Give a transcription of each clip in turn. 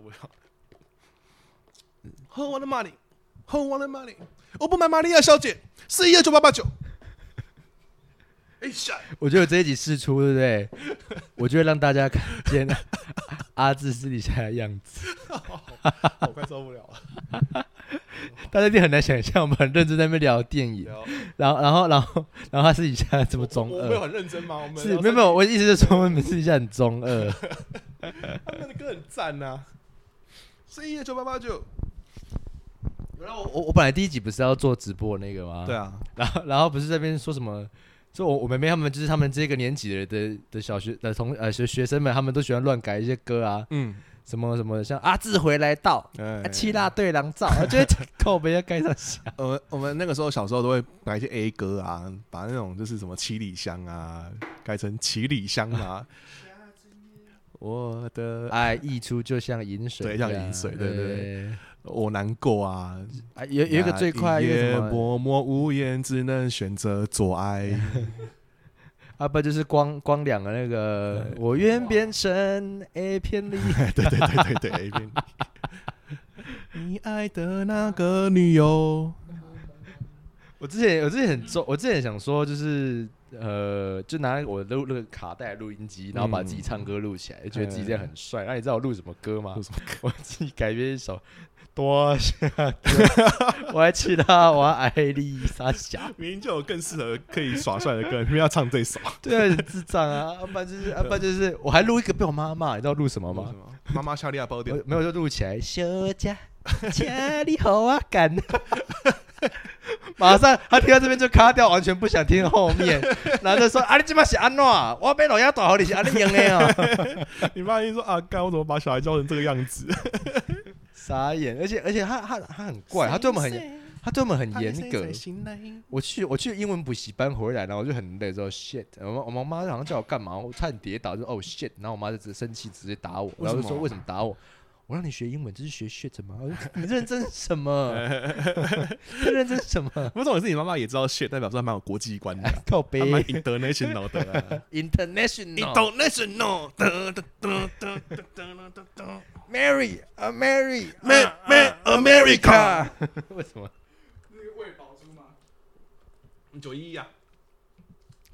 不要。Who want the money? Who want the money? 我不买玛利亚小姐，四一二九八八九。哎呀，我觉得这一集试出，对 不对？我就会让大家看见 阿志私底下的样子，我快受不了了。大家一定很难想象我们很认真在那边聊电影，聊然后，然后，然后，然后他私底下这么中我我没有二，很认真吗？我们是没有没有，我的意思是说我们私底下很中 二。他们的歌很赞啊呐。四一二九八八九。然后我我我本来第一集不是要做直播那个吗？对。啊，然后然后不是这边说什么？就我我妹妹他们就是他们这个年级的的的小学的同呃学学生们，他们都喜欢乱改一些歌啊，嗯，什么什么像阿志回来到、哎啊、七大队狼照，我觉得靠背要盖上下。我们我们那个时候小时候都会买一些 A 歌啊，把那种就是什么七里香啊，改成七里香 啊。我的 爱溢出就像饮水对一样，啊像饮水对对对。我难过啊，啊，有有一个最快，那一一个夜什么？默默无言，只能选择做爱。 啊不，就是光光良的那个，我愿变 成 A 片里。对对对对对，A 你爱的那个女友，我之前我之前很重，我之前想说就是呃，就拿我录那个卡带录音机，然后把自己唱歌录起来，就觉得自己这样很帅。那、你知道我哎录什么歌吗录什？我自己改编一首《多下 歌》，我还气他，我爱丽莎侠，明明就有更适合可以耍帅的歌，你们要唱这 首对啊，很智障啊！ 要、不然就是，要、不然就是，我还录一个被我妈骂，你知道录什么吗？妈妈效力亚包点 我，没有就录起来，休 假，家里好啊，干。 马上他听到这边就卡掉，完全不想听后 面，然后就说：“啊，你这把是安怎？我被老鸭打好你是 安尼用的哦。你妈一说啊，干我怎么把小孩教成这个样子？”傻眼，而且而且他他他很怪，他对我们很他对我们很严格。我去我去英文补习班回来，然后我就很累，之后 shit，我妈我妈妈好像叫我干嘛，我差点跌倒，就哦、shit，然后我妈就直接生气，直接打我，为然什后就说么为什么打我？我让你学英文就是学 shit 吗？我说你认真 什么？你认真什么？不是，我是你妈妈也知道 shit，代表说她蛮有国际观的啊，靠她背蛮 international 的 啊 international ，international 的的的的的的的的 Mary a Mary ，Man Man America， America，为 什么？九一一啊，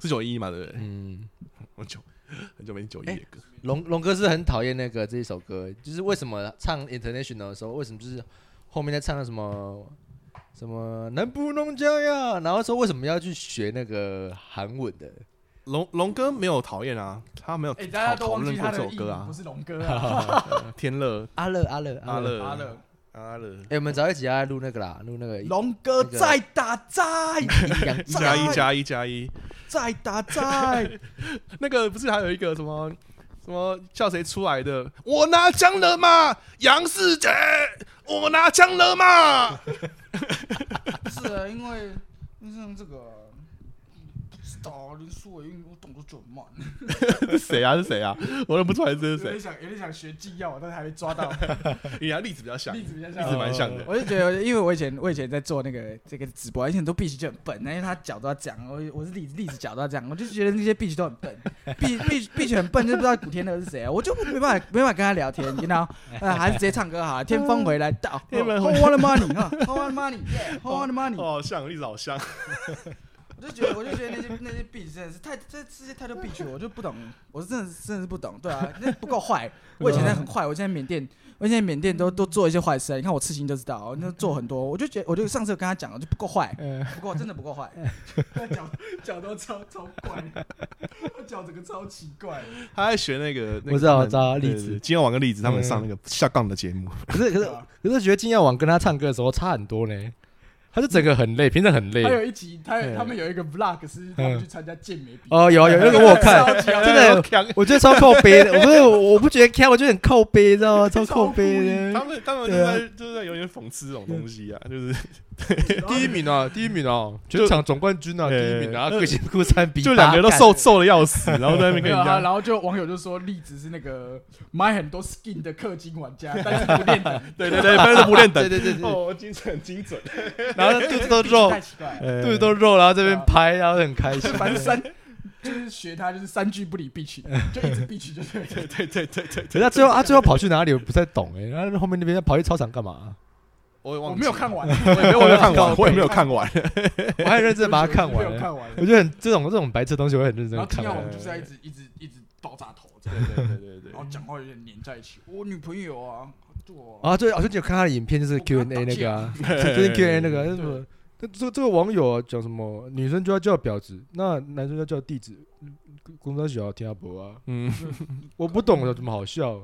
是九一一嘛，对不对？嗯，我久 很久没听九一哎一的歌，龙龙哥是很讨厌那个这一首歌，就是为什么唱 international 的时候，为什么就是后面在唱什么什么南部农家呀，然后说为什么要去学那个韩文的？龙龙哥没有讨厌啊，他没有哎，大家讨都讨忘论记过他这的首艺歌名啊不，是龙哥 啊，天乐阿乐阿乐阿乐 哎、阿乐，阿乐我们早一起要来录那个啦，录那个阴龙哥那个在打 在阳阴加阳一加一加一，在打在， 那个不是还有一个什么什么叫谁出来的？我拿枪了吗？杨世杰，我拿枪了吗？是啊，因为 像这个打林书伟，因为我懂得准慢，是谁啊？是谁啊？我认不出来这是有点谁。想有点想学纪要，但是还没 抓到，人家例子比较像 例，子哦比较例子像。蛮像的。我就觉得，因为我以前我以前在做那个这个直播，以前都 B 曲就很笨，因为他脚都要这样，我我是例子例子脚都要这样，我就觉得那些 B 曲都很笨，B B B 曲很笨，就不知道古天乐是谁啊，我就没办法没办法跟他聊天，你知道，呃，还是直接唱歌好了， 天风回来到天风，Hold on the money 啊，Hold on the money，Hold on the money，哦，像例子好像。我就觉得，我就觉得那些那些 B 真的是太这世界太多 B 曲，我就不懂，我是真的真的是不懂，对啊，那不够 坏。我以前真的很坏，我现在缅甸，我现在缅甸都都做一些坏事啊。你看我刺青就知道，我那做很多，我就觉得，我就上次有跟他讲，我就不够坏，嗯不够真的不够 坏，脚脚都超超怪，我脚整个超奇 怪。他在学那个，那个我知道他们我知道对栗子对对今天晚跟栗子他们上那个下杠的节目，可是可是啊可是觉得金耀王跟他唱歌的时候差很多呢，他就整个很累，平常很累。还有一集，他有嗯他们有一个 vlog 是他们去参加健美比赛，哦，有啊有那个我有看，真的强。我觉得超靠背的，我不是我我不觉得 K，我觉得很靠背，你知道吗？超靠背 他的。们他们就对啊在就是在有点讽刺这种东西啊， 就是第一名啊，第一名啊，就全场总冠军啊，第呃一名啊，个性哭三比八就两个人都瘦瘦的要死，然后在那边没跟有人啊，家然后就网友就说栗子是那个买很多 skin 的氪金玩家，但是不 练的，对对对，分都不练等对。对对对，哦，精准精准，然后肚子都肉太，奇怪了。对 肚子都肉，然后这边拍，然后很开心就。反正三就是学他，就是三句不离 bitch，就 一直 bitch 就对了。 对对对对对，可是啊他最后他最后跑去哪里？我不太懂哎。他后面那边跑去操场干嘛？我也忘我记没有 看完，我也没有我没有看看完，完我也没有看完。我还认真把它看我完没有欸。看完。我觉得很这种这种白痴的东西，我会很认然真后看听到我完们。就是在一直一直一直爆炸头这对样，对对对对然后讲话有点黏在一起。我女朋友啊，对啊，啊，对，好像有看他的影片，就是 Q&A 那个啊，最近 Q&A 那个那什么，这这这个网友讲什么，女生就要叫婊子，那男生要叫弟子，嗯公交小听下不啊？嗯，我不懂有什么好笑。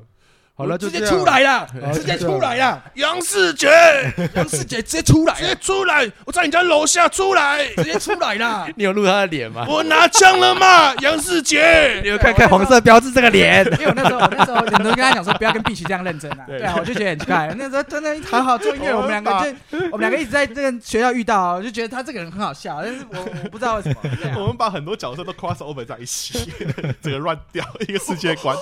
好我了，就直接这样出。来了，好直就接这样出来了，杨世杰， 杨世杰直接出来直接了，出来！我在你家楼下出来！直接出来了。 你有录他的脸吗？我拿枪了嘛，杨世杰！你有哎看看黄色标志这个脸？ 因为我那时候，我那时候很多人跟他讲说不要跟碧琪这样认真啊，对对啊，我就觉得很奇 怪。那时候真的好好 做音乐，我们两个就我们两个一直在这个学校遇到啊，我就觉得他这个人很好笑，但是我我不知道为 什么。对啊我们把很多角色都 cross over 在一 起，整个乱掉一个世界 观。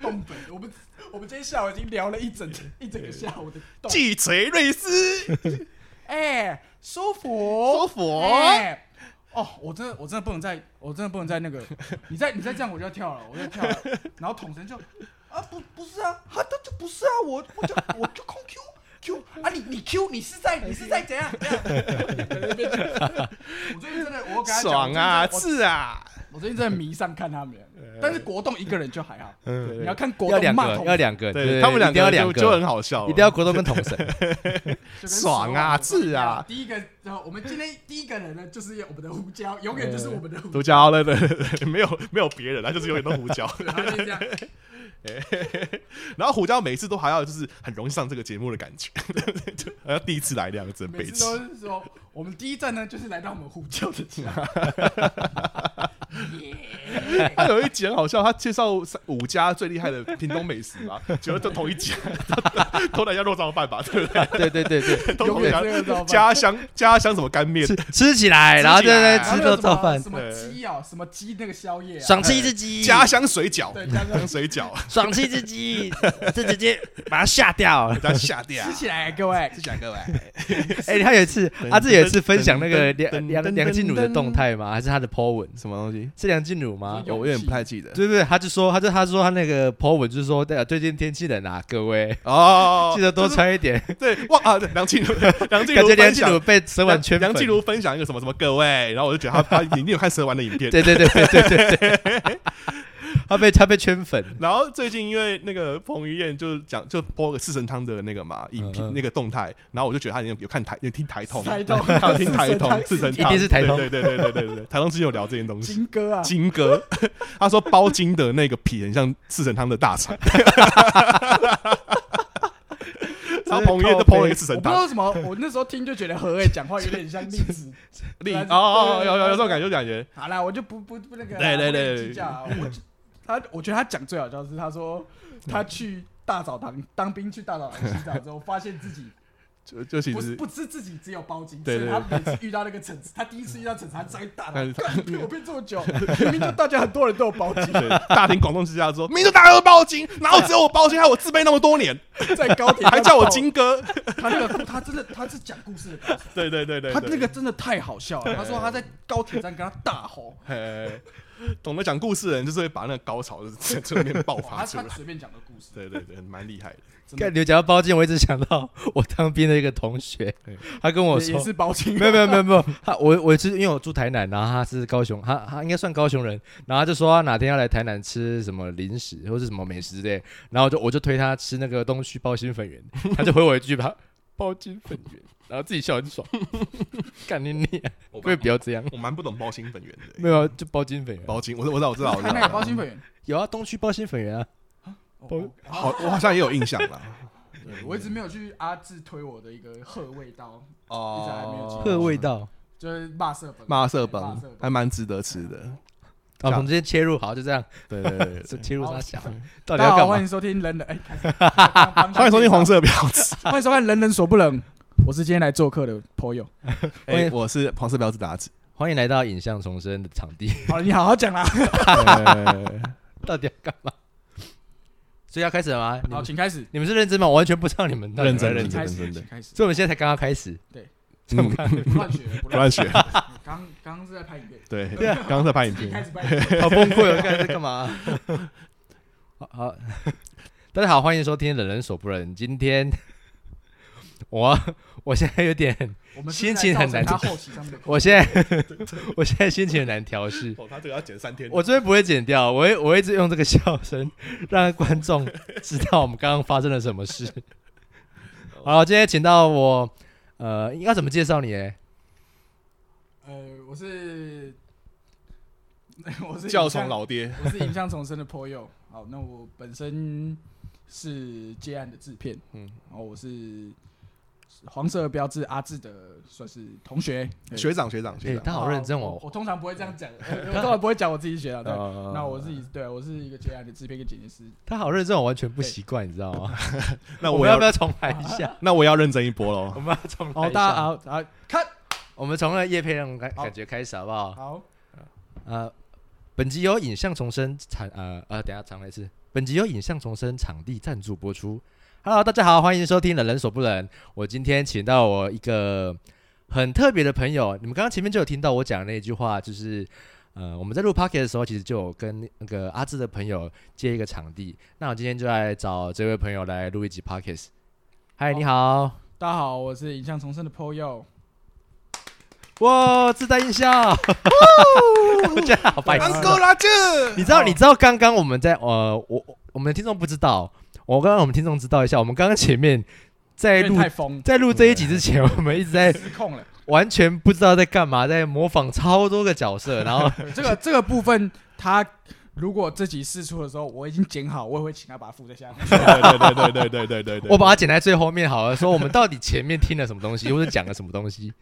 东北， 我们我们今天下午已经聊了一整一整个下午的东 北，继锤瑞斯，哎，舒活服，佛，哎哦，我真的我真的不能再，我真的不能再那个，你再你再这样我就要跳了，我就要跳了。然后统神就啊不不是啊，他他就不是啊，我我就我就空 Q Q 啊你你 Q 你是在你是在怎样？怎样我最近真的我跟他讲爽啊，我最近真的刺啊！我我最近真的迷上看他们俩，但是国栋一个人就还好，嗯你要看国要栋两骂个，统要神两个，对他们两一定要个两就个，就很好笑，一定要国中跟同神。就跟爽啊所有人是啊第一个，然后我们今天第一个人呢，就是我们的胡椒，永远就是我们的胡椒独家了，对对对，没有没有别人，他就是永远都胡椒。然后就这样。然后胡椒每次都还要就是很荣幸上这个节目的感觉，就好像第一次来的样子，很每悲次戚。都是说，我们第一站呢，就是来到我们呼叫的 家。耶他有一集很好笑，他介绍三五家最厉害的屏东美食嘛，结果都同一家，都哪家肉燥饭吧，对不对？对对对对，都永同一远家是肉燥饭家乡家乡什么干面吃，吃起来，然后吃起来在那然后吃那肉个什么燥饭，什么鸡哦，什么鸡那个宵夜啊，爽吃一只鸡，家乡水饺，对家乡家乡水饺，爽吃一只鸡，这直接把它吓掉。大家下掉。吃起来，各位，是讲各位，哎，他有一次，他这有一次分享那个噔噔梁噔梁噔梁静茹的噔动态吗？还是他的 po 文？什么东西？是梁静茹吗？有我有点不太记得对对，他就说，他就他说他那个 po 文就是说，对啊，最近天气冷啊，各位哦 记得多穿一点。对，哇啊，对梁静茹，梁静感茹觉梁分静享茹，被蛇梁丸圈粉梁静茹分享一个什么什么各位，然后我就觉得他他你你有看蛇丸的 影片？对对对对对对对，他被他被圈 粉，然后最近因为那个彭于晏就是讲就播个四神汤的那个嘛影嗯片嗯那个动态，然后我就觉得他有有看台有听台通，台通他有听台通四神汤，一定是台通对对对对对对对，台通之前有聊这件东西。金哥啊，金哥，他说包金的那个皮很像四神汤的大肠，然后彭于晏就靠背碰了一个四我神不知道汤，为什么，我那时候听就觉得何伟讲话有点像栗子。另对哦对哦哦，对有有有对这种感觉有这种感觉，好啦，我就不不不那个啦，对对对我也计较啊。我就他我觉得他讲最好笑的是他说他去大澡堂当兵去大澡堂洗澡之后，发现自己就就其不是实不是自己只有包金，对对所以他每次遇到那个橙子，他第一次遇到橙子，他再 大但是了，干你我变这么 久，明明就大家很多人都有包金，对大庭广众之下说，明明就大家都包金，然后只有我包金，害我自卑那么多年，在高铁还叫我，金哥，他那个他真的他是讲故事的高手，对对对对，他对那个真的太好笑了。他说他在高铁站跟他大吼，嘿懂得讲故事的人，就是会把那个高潮就是在这边爆哇他发出他来。随便讲的故事，对对对，蛮厉害的。看你们讲到包金，我一直想到我当兵的一个同学 对，他跟我也也说，是包金，没有没有没有没有， 他我我是因为我住台南，然后他是高雄，他他应该算高雄人，然后他就说他啊哪天要来台南吃什么零食或是什么美食之类，然后就我就推他吃那个东区包 心粉圆，他就回我一句吧，包心粉圆，然后自己笑很爽，干你你，我可以不要这样，我蛮不懂包心粉圆的、没有啊就包金粉 圆，包金，我知道我知道我知道我台知南道有。包金粉圆。有啊东区包心粉圆啊，包哦好，我好像也有印象啦。对我一直没有去阿志推我的一个鹤味道，一直还没有哦进，各味道，就是骂色粉，马瑟马本瑟本还蛮值得吃的。啊，我们直接切入，好就这样，对对对 对，切入好他想，到大底要家好，干欢嘛？迎收听《人人》哎，开始 欢迎收听黄色，色标志。 欢迎收看《人人所不能》，我是今天来做客的朋友。哎、欢迎我是黄色标志 达子。欢迎来到影像重生的场 地，好了，你好好讲啦。到底要干嘛？所以要开始了吗？你好，们请开始，你们是认真吗？我完全不知道你们到底认真在认认请真真真，开始，的请开始，所以我们现在才刚刚开始。嗯，不乱学，不不乱学。刚刚刚刚是在拍影片， 对，啊刚刚在拍影自己开片，始拍影片，好崩溃哦！干在干嘛？ 好好，大家好，欢迎收听《冷人所不冷》。今天我我现在有点，我们心情很难他后期上面的我现在 我现在心情很难调试。哦，他这个要剪三天，我这边不会剪掉，我会我会一直用这个笑声让观众知道我们刚刚发生了什么事。好，今天请到我，呃，要怎么介绍你？哎，呃，我是 我是教影像宠，老爹，我是影像重生的颇友。好，那我本身是接案的制片，嗯嗯，然后我是黄色标志阿志的算是同学，对哎学长学长学他长，好认真我哦。我通常不会这样讲，呃我通常不会讲我自己学长。对，哦呃那我自己对我是一个接案的制片跟剪辑师。他好认真，我完全不习惯，你知道吗？那我我们要不要要重来一下？那我要认真一波喽 我。们要重来哦，一大家下。好，好，看我们从那个叶配那种感好感觉开始好不好？好，呃，本集由影像重生产呃呃，等一下重来一次。本集由影像重生场地赞助播出。Hello，大家好，欢迎收听《冷人所不冷》。我今天请到我一个很特别的朋友，你们刚刚前面就有听到我讲那句话，就是呃，我们在录 p o c k e t 的时候，其实就有跟那个阿志的朋友借一个场地。那我今天就来找这位朋友来录一集 p o c k e t 嗨，你好，大家好，我是影像重生的 Poyo。哇，自带音效， 我觉得好白痴哦。拉这， 你知道，哦你知道刚刚我们在呃，我我我们的听众不知道，我刚刚我们听众知道一下，我们刚刚前面在因为录太疯，在录这一集之前，我们一直在失控了。完全不知道在干嘛，在模仿超多个角色，然后这个这个部分，他如果这集试出的时候，我已经剪好，我也会请他把它附在下面。对对对对对对对对，我把它剪在最后面好了，说我们到底前面听了什么东西，或者讲了什么东西。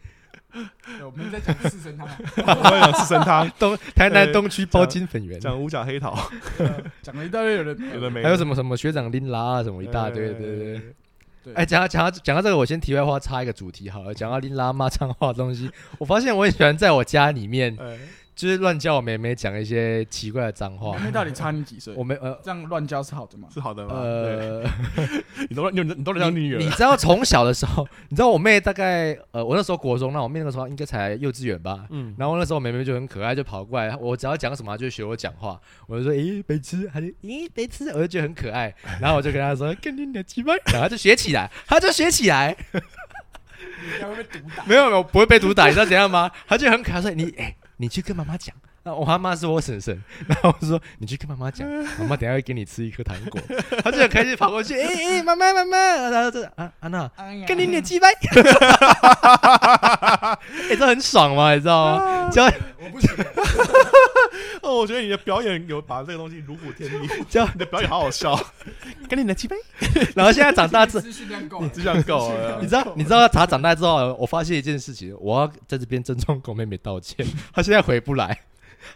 对我们在讲四神汤，我也想吃神汤，东台南东区包金粉圆，讲五角黑桃，对呃讲了一大堆有人呃没有的没的，还有什么什么学长拎拉啊，什么一大堆，呃对对对。对哎，讲到讲到讲到这个，我先题外话插一个主题好了。讲到拎拉骂脏话的东西，我发现我很喜欢在我家里面呃就是乱叫我妹妹讲一些奇怪的脏话 妹。妹到底差你几岁我？没呃这样乱教是好的吗？是好的吗？对， 呃，你都你你都能当女你儿，啊知道从小的时候， 你知道我妹大概呃，我那时候国中，那我妹那个时候应该才幼稚园吧。嗯，然后那时候我妹妹就很可爱，就跑过来，我只要讲什么，她就学我讲话。我就说：“咦、白痴！”她就：“咦、白痴！”我就觉得很可爱。然后我就跟她说：“跟你的鸡巴。”然后她就学起来，她就学起来。应该会被毒打。没有没有，不会被毒打，你知道怎样吗？他就很可爱，说你哎、你去跟妈妈讲。那我妈妈是我婶 婶，然后我说你去跟妈妈讲，妈妈等一下会给你吃一颗糖果。他就很开心跑过去，哎、哎、妈妈妈妈，然后就啊安娜，哎呀跟你脸鸡掰， 哎、这很爽嘛，你知道吗？教我不行，哦，我觉得你的表演有把这个东西如虎添翼，这样你的表演好好笑，跟你脸鸡掰， 然后现在长大之资讯量够了。就像狗啊了你。知道，你知道他长大之后，我发现一件事情，我要在这边郑重跟我妹妹道歉，她现在回不来，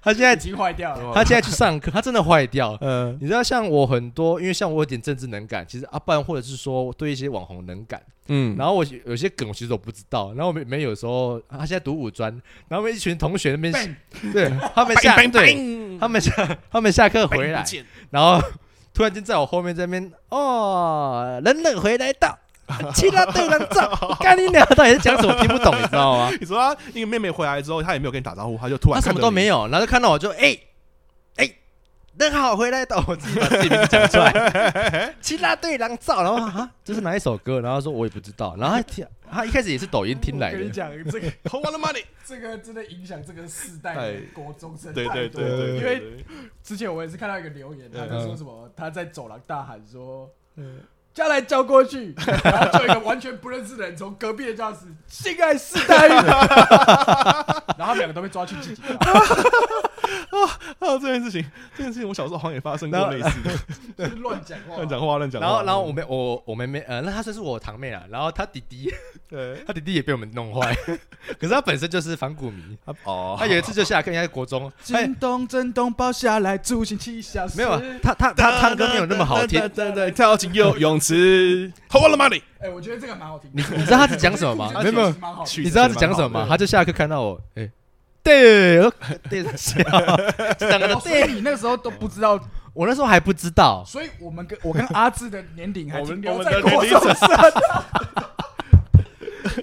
她现已在哦经坏掉了，她现在去上课，她真的坏掉，嗯，你知道，像我很多，因为像我有点政治能感，其实啊，不然或者是说我对一些网红能感，嗯然后我有些梗我其实我不知道，然后我们没有时候他、啊现在读五专，然后我们一群同学那边 Bang 对他们下对他们下他们下课回来，然后突然间在我后面这边哦，冷冷回来到。其他队人照，干你娘！到底在讲什么？听不懂，你知道吗？你说他那个妹妹回来之后，她也没有跟你打招呼，她就突然他什么都没有，有，然后就看到我就哎哎，人好回来的，我自己把自己名字讲出来，七大队狼照，然后啊这是哪一首歌？然后他说我也不知道，然后他听他一开始也是抖音听来我跟你的，讲，这个 Who want the money？这个真的影响这个世代的哎国中生对太对多对了。对，因为之前我也是看到一个留言，他就说什么他在走廊大喊说：“叫来叫过去。”然后就一个完全不认识的人从隔壁的教室性爱试 探一人，然后他们两个都被抓去自己家，啊这件事情，这件事情我小时候好像也发生然过后类似的，就是乱讲哦话。乱讲话乱讲话。然后然后我妹我我妹妹呃，那她算是我堂妹啦，然后她弟弟对，她弟弟也被我们弄坏， 可是她本身就是反骨迷，她哦她有一次就下课，应该是国中，她也京东、震动包下来，住进七小时。没有啊她她她唱歌没有那么好听，对对，跳进游泳池，Who want the money？哎，我觉得这个蛮好听的。你你知道她是讲什么吗？没这有没个有故事，蛮好曲哦听的你知道他讲什么吗？他就下课看到我，哎、对，我对，笑，两个人哦所以对，你那个时候都不知道，我那时候还不知道，所以我们跟我跟阿志的年龄还我停们留我们在的国年中龄生。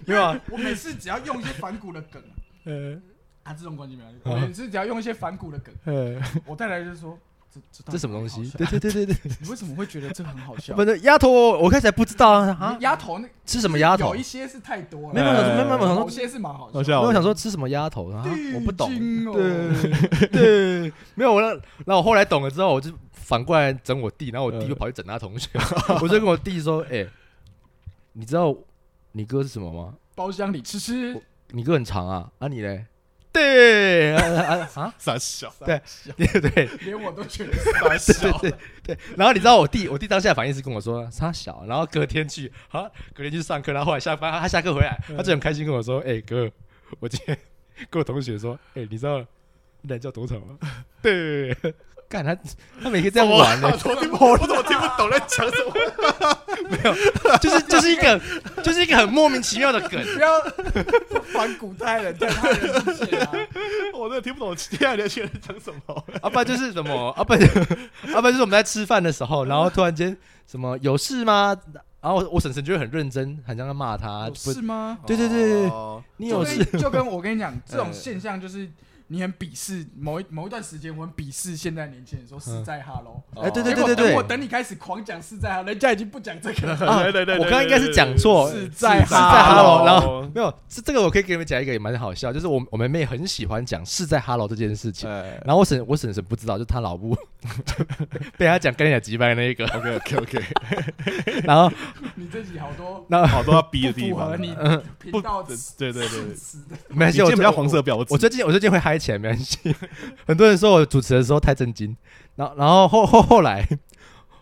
没有啊，啊我每次只要用一些反骨的梗，呃，啊，这种关系没关嗯系，我每次只要用一些反骨的梗，呃，我带来就是说这这到底这什么东西？好笑对对对对对，你为什么会觉得这个很好笑？不是丫头，我开始还不知道啊啊，丫头那吃什么丫头？有一没些是太多了，有没有没有没有，我想某说，些是蛮好好笑。没笑，有我想说吃什么丫头啊？我不懂，对，对对，没有我那，然后我后来懂了之后，我就反过来整我弟，然后我弟嗯又跑去整他同学，我就跟我弟说：“哎、你知道你哥是什么吗？包厢里吃吃，你哥很长啊，啊你嘞？”对啊啊啊！傻笑，对对对连我都觉得傻笑。对，然后你知道我弟，我弟当下反应是跟我说他小，然后隔天去啊，隔天去上课，然后后来下班，他下课回来，他就很开心跟我说：“哎、哥，我今天跟我同学说，哎、你知道懒觉多长 吗？”对，干他他每天这样玩呢、我怎么听不我怎么听不懂在讲什么？就是就是一个就是一个很莫名其妙的梗。不要反古代人，在他人之前啊，我真的听不懂现在年轻人讲什么。阿爸啊就是什么？阿爸就阿爸就是我们在吃饭的时候，然后突然间什么有事吗？然后我我婶婶就会很认真，很像在骂他，有啊不是吗？对对对哦你就有事？跟就跟我跟你讲，这种现象就是你很鄙视某一某一段时间，我很鄙视现在年轻人说是在哈喽。哎，对对结果对对等我对。等你开始狂讲是在哈，人家已经不讲这个了。 啊对对对对我刚刚应该是讲错，是在是在哈喽，喽然后没有这这个我可以给你们讲一个也蛮好笑，就是我我们妹很喜欢讲是在哈喽这件事情，哎然后我婶我婶婶不知道，就她老母 被她讲跟你讲几百那一个，哎，OK OK OK，然后你自己好多然后 好多要逼不的地符方合啊。你嗯频道对对对信对，词的没关你系，今我天比较黄色。色表，我我最近我最近会嗨起来，没关系。 很多人说我主持的时候太震惊，然后然后后后后来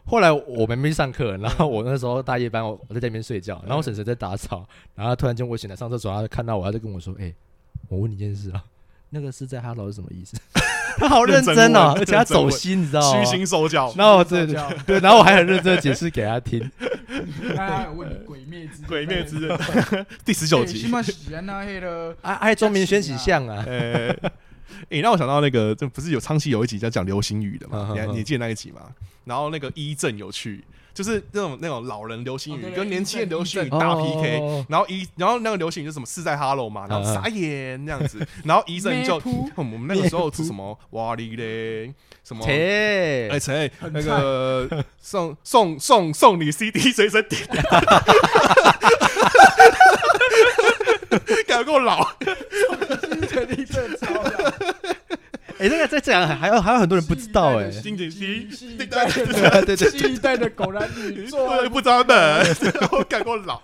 后来我们没去上课，然后我那时候大夜班，我我在家里面睡觉，然后我婶婶在打扫，然后她突然间我醒来上厕所，她就看到我，她就跟我说：“哎、我问你一件事啊，那个是在哈喽是什么意思？” 她好认认真真哦问，而且她认真走问心，你知道吗虚？心受教，然后我对对教 对，然后我还很认真的解释给她听。刚刚有问你《鬼灭之刃《 鬼灭之刃》第十九集起。码喜欢那黑的， 啊，还装明轩喜像啊，呃，诶，让我想到那个，这不是有昌熙有一集在讲流行语的嘛？嗯你还嗯嗯你记得那一集吗？然后那个一正有趣，就是那种那种老人流行哦对语对跟年轻人流行语一正大哦 PK。然后一，然后那个流行语就是什么是在哈喽嘛，然后嗯嗯傻眼那样子，然后一正就咩噗 我们那个时候是什么哇哩嘞，什么切哎，陈很那个送送送送你 CD 随身 碟，搞得够老，确定这超屌哎，这个在这样还有还有很多人不知道哎，新景新期新一对代对 的对对新一代的狗男 女做我也不招门， 我干过老，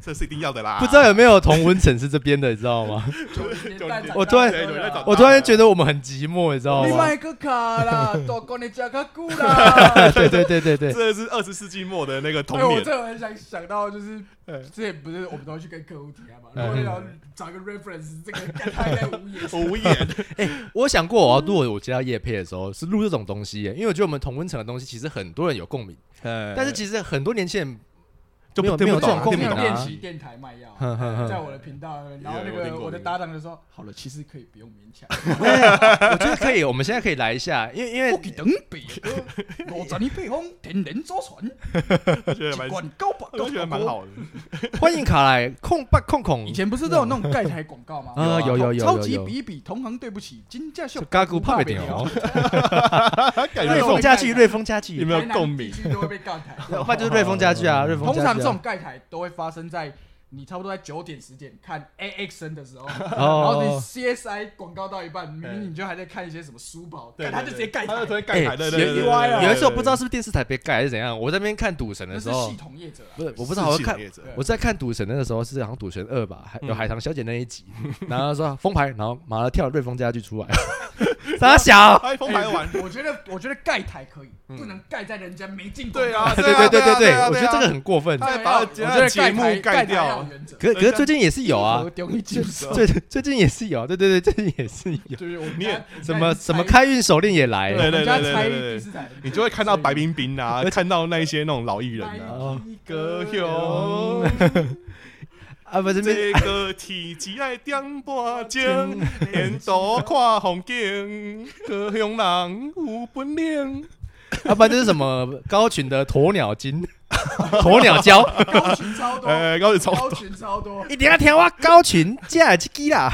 这是一定要的啊啦。不知道有没有同温层是这边的，你知道 吗？九零年代长大的我突然对对对我我突然哦觉得我们很寂寞，你知道你吗？。买个卡啦，多过你加个股啦 对对对对对，这是二十世纪末的那个童哎，我年这，个很想想到，就是嗯之前不是我们都会去跟客户提案嘛，嗯然后要找一个 reference，这个干他应该无言。我无言。 我想过，我要如果我接到叶配的时候是录这种东西耶，因为我觉得我们同温层的东西其实很多人有共鸣，但但是其实很多年轻 人哎就没有不听不没有 这懂种啊，共听鸣不有懂啊嗯练习电台卖药，啊哼哼在哼，我的频道，然后那有有听个过我的有搭档就说：“好了，其实可以不用勉 强。 我觉得可以，我们现在可以来一下，因为因”为 不给等北哥，我找你配方，天人坐船， 我觉得蛮一，管高把我高觉得蛮。 好的。欢迎卡来控吧控控以，前不是都有那种盖台广告吗？啊有有有有超级有比一比，同行对不起，金价秀就嘎咕怕被点哦，感瑞觉丰家具，瑞丰家你具，哦们有共鸣台南地区都会被告 台。要不然就是瑞丰家具啊，瑞丰家 哦通具啊。常这种盖台都会发生在你差不多在九点十点看 AXN 的时候，然后你哦， CSI 广告到一半，明明你就还在看一些什么书报，对但他就直接盖他就台直，接哎盖台，对对有啊对对。有一次我不知道是不是电视台被盖还是怎样，我在那边看赌神那的是时候系，统业者啊不。是我不知道我看对 我在看《赌神》那个时候是好像《赌神二》吧，还嗯有海棠小姐那一集，然后她说封牌，然后马上跳瑞丰家具出来，傻小，哎，风牌完，嗯哎我觉得我觉得盖台可以，不能盖在人家没进广告对啊，对对对对对对，啊，我觉得这个很过分。他当还然把我要啊我觉觉得得节盖目台盖盖掉台要有原则，可人可是家最近也是有啊我，丢一件事最最近也是有啊，对对对，最近也是有，就是我们你也家什么什么，开运手链也来对了，我对们对家对拆对第对对，四台，你就会看到白冰冰啊，看到那一些那种老艺人啊，啊歌哟雄。啊，不是这个天气来点半钟，沿途看风景，高雄人有本领。 啊，不然就是什么高群的鸵鸟精，鸵鸟胶，哎高群超多，呃，高铁超高群超多。一定要听我高群架机啦。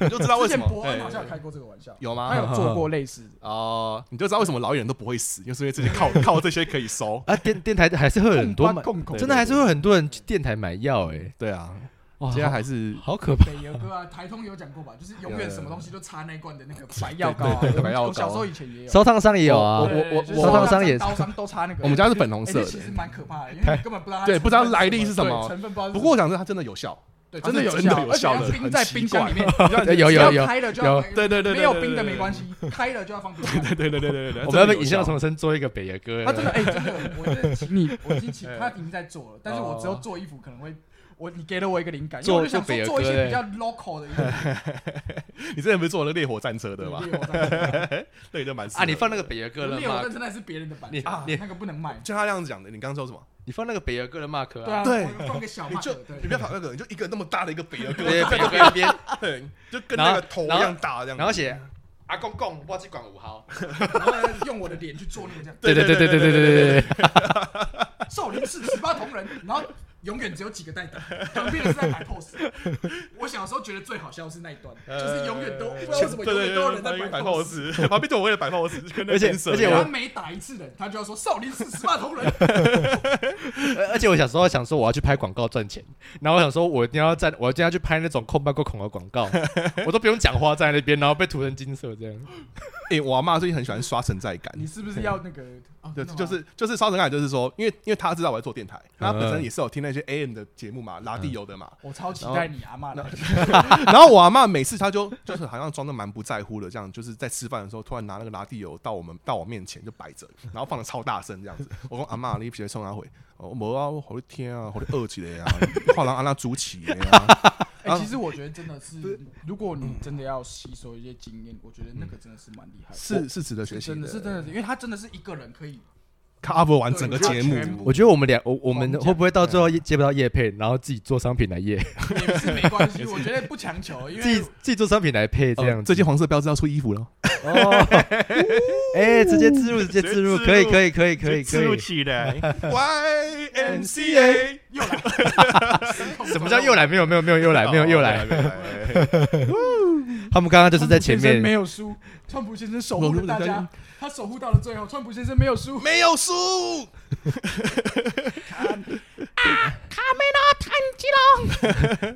你就知道为之什前么伯恩好像哎有开过这个玩笑，有他吗？有做过类似的。哦，你就知道为什么老艺人都不会死，就是因为 这些靠靠这些可以收。啊，电电台还是会有很多买，控控对真的还是会有很多人去电台买药哎、对啊，哇，现在还是好好可怕。北邮哥啊，台通有讲过吧？就是永有有远有什么东西都插那一罐的那个白药膏啊对对对。白药膏我小时候以前也有。烧烫伤也有啊，我对对对我就是我烧烧伤也刀伤都插那个。我们家是粉红哎色这的哎其。实蛮可怕的，因为根本不知道它对成分不知道来历是什对么成分不知道是什么。不过我想说，它真的有效，对它真的是有真的有而且效要的冰在很奇冰箱怪里 面，有有有只要有，开了就要有放对对对对没有对对冰的对没对关系，开了就要放冰箱。 对对对对对对，我们要不要影影像重生做一个北野哥？啊，真的，哎、真的，我真的请你，我已 经请哎他已经在做了，但是我只哦有做衣服可能会，我你给了我一个灵感，因做为我就想做北说儿做一歌哎些比较 local 的衣服，你之前不是做了烈火战车的吗？猎 我战对，就蛮适合啊，你放那个北野哥车的猎我战 mark，啊车那是别人的版你权啊你，那个不能卖。像他这样子讲的，你刚刚说什么？你放那个北野哥的 mark 对啊，啊，对我放个小你麦，哎就对你不要跑那个，你就一个那么大的一个北儿哥，对，北野哥那 边，对，就跟那个头一样大这样子。然后写阿公公，我只管五号，然后呢用我的脸去做那个这样，对对对对对对对对对， 少林寺十八铜人，然后永远只有几个在打，旁边的是在摆 pose。我小时候觉得最好笑是那一段，呃就是永呃远都不知道为什么永远都有人在摆摆 pose。 pose，旁边 就我为了摆 pose，跟那而且神而且他我每打一次人，他就要说少林寺十八铜人，呃而而且我小时候想说我要去拍广告赚钱，然后我想说我一定要在，我一定要去拍那种空白过孔的广 告，我都不用讲话在那边，然后被涂成金色这样。哎，我阿妈最近很喜欢刷存在感，你是不是要那个？哦对，真的吗就是就是烧成感，就是说，因为因为他知道我在做电台，那他本身也是有听那些 AM 的节目嘛，拉地油的嘛。 我超期待你阿哎妈来。然后我阿妈每次她就就是好像装的蛮不在乎的，这样就是在吃饭的时候突然拿那个拉地油到我们到我面前就摆着，然后放的超大声这样子。我说阿妈，你别冲他回，哦，没啊，我好天啊，好 饿起来呀，话让阿拉煮起来啊呀。哎，其实我觉得真的是，如果你真的要吸收一些经验，我觉得那个真的是蛮厉害 的，是是值得学习真的是真的是，因为他真的是一个人可以 cover 完整个节目对全，部我觉得我们俩，我我狂们讲会不会到最后接不到叶配，然后自己做商品来叶，也不是没关系，我觉得不强求，因自己为哦自己做商品来配这样子。这件黄色标志要出衣服了，哦， 哎，直接植入，直接植入，直接可植以，入可以，可以，可以，植可入以。起来。YMCA，又来， 什么叫又来？没有，没有，没有，又来，没有，又 来。来。他们刚刚就是在前川普先生 没面，有输，川普先生守护了大家，他守护到了最后，川普先生没有输。没有输。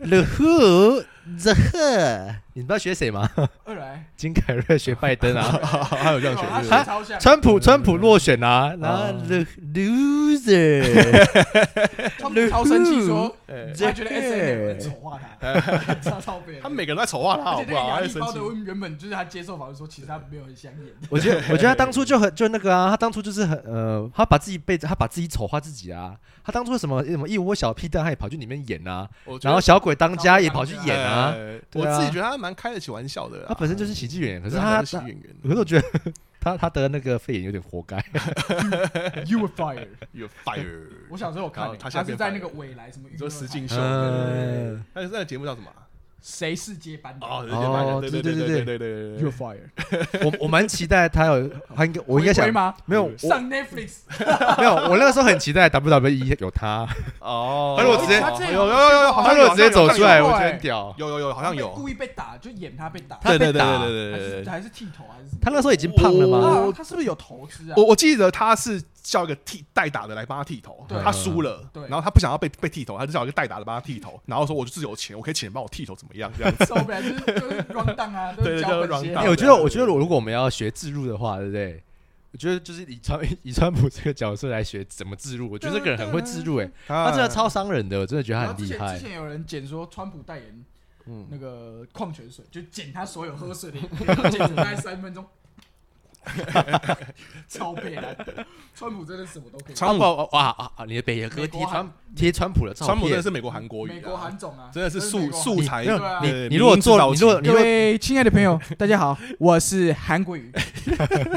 了呵，这呵，你不知道学谁吗？二来，金凯瑞学拜登 啊，还有这样没有选他学是不是，超像，川普，川普落选啊，然后了 loser，川普超生气说， 哎他觉得 S N 有人丑化他，超超悲。他每个人都在丑化他，好而且不那个好？亚还历生包气德。温原本就是他接受访问说，其实他没有很想演。我觉得，我觉得他当初就很就那个啊，他当初就是很呃，他把自己被他把自己丑化自己啊，他当初什么什么一窝小屁蛋，他也跑去里面演啊，我觉然得后小鬼当家也跑去演啊，哎对我啊自己觉得他蛮开得起玩笑的啦。他本身就是喜剧演员，可对是啊他，是他演员。可是我觉得 他他得那个肺炎有点活该。 You were fired。有 fire，我小时候有看然后欸，他他现在是变在 fire 那个未来什么娱你说乐台石敬秀，对对对对对对嗯，但是那个节目叫什么啊？谁是接班的哦，人家哦对对对对对对对对？You were。fired。我我蛮期待他有，他应该我应该想回归吗？没有回我上 Netflix 没有，我那个时候很期待 WWE 有他，哦 他如果直接他这样有有有有有，哦好他像如有果直接走出来，有我好觉像得很屌。有有有有，好像有被。故意被打，就演他被打，他对对被对打对对还对对是对。还是剃头还是什么？他那时候已经胖了我吗？啊，他是不是有投资啊？我我记得他是叫一个剃代打的来帮他剃头对，他输了，对然后他不想要被被剃头，他就叫一个代打的帮他剃头，然后说我就是有钱，我可以请人帮我剃头怎么样 这样子。受不了，就是就是 run down 啊，都 对是脚就是本 run 写 down 哎，好我觉得我觉得如果我们要学自入的话，对不对？我觉得就是以川以川普这个角色来学怎么自入，我觉得这个人很会自入，哎，他他真的超伤人的，我真的觉得然他后很之厉前之害。啊前有人剪说川普代言嗯那个矿泉水，就剪他所有喝水的影片，然后剪成大概三分钟， 超悲哀。川普真的什么都可以，川普哇啊啊！你的北野哥美国贴韩川贴川普的照片，川普真的是美国韩国语啊，美国韩总啊，真的是素美国韩素材你没有对啊对你你如果民族做造你如型果你如各果位亲爱的朋友，大家好，我是韩国 瑜。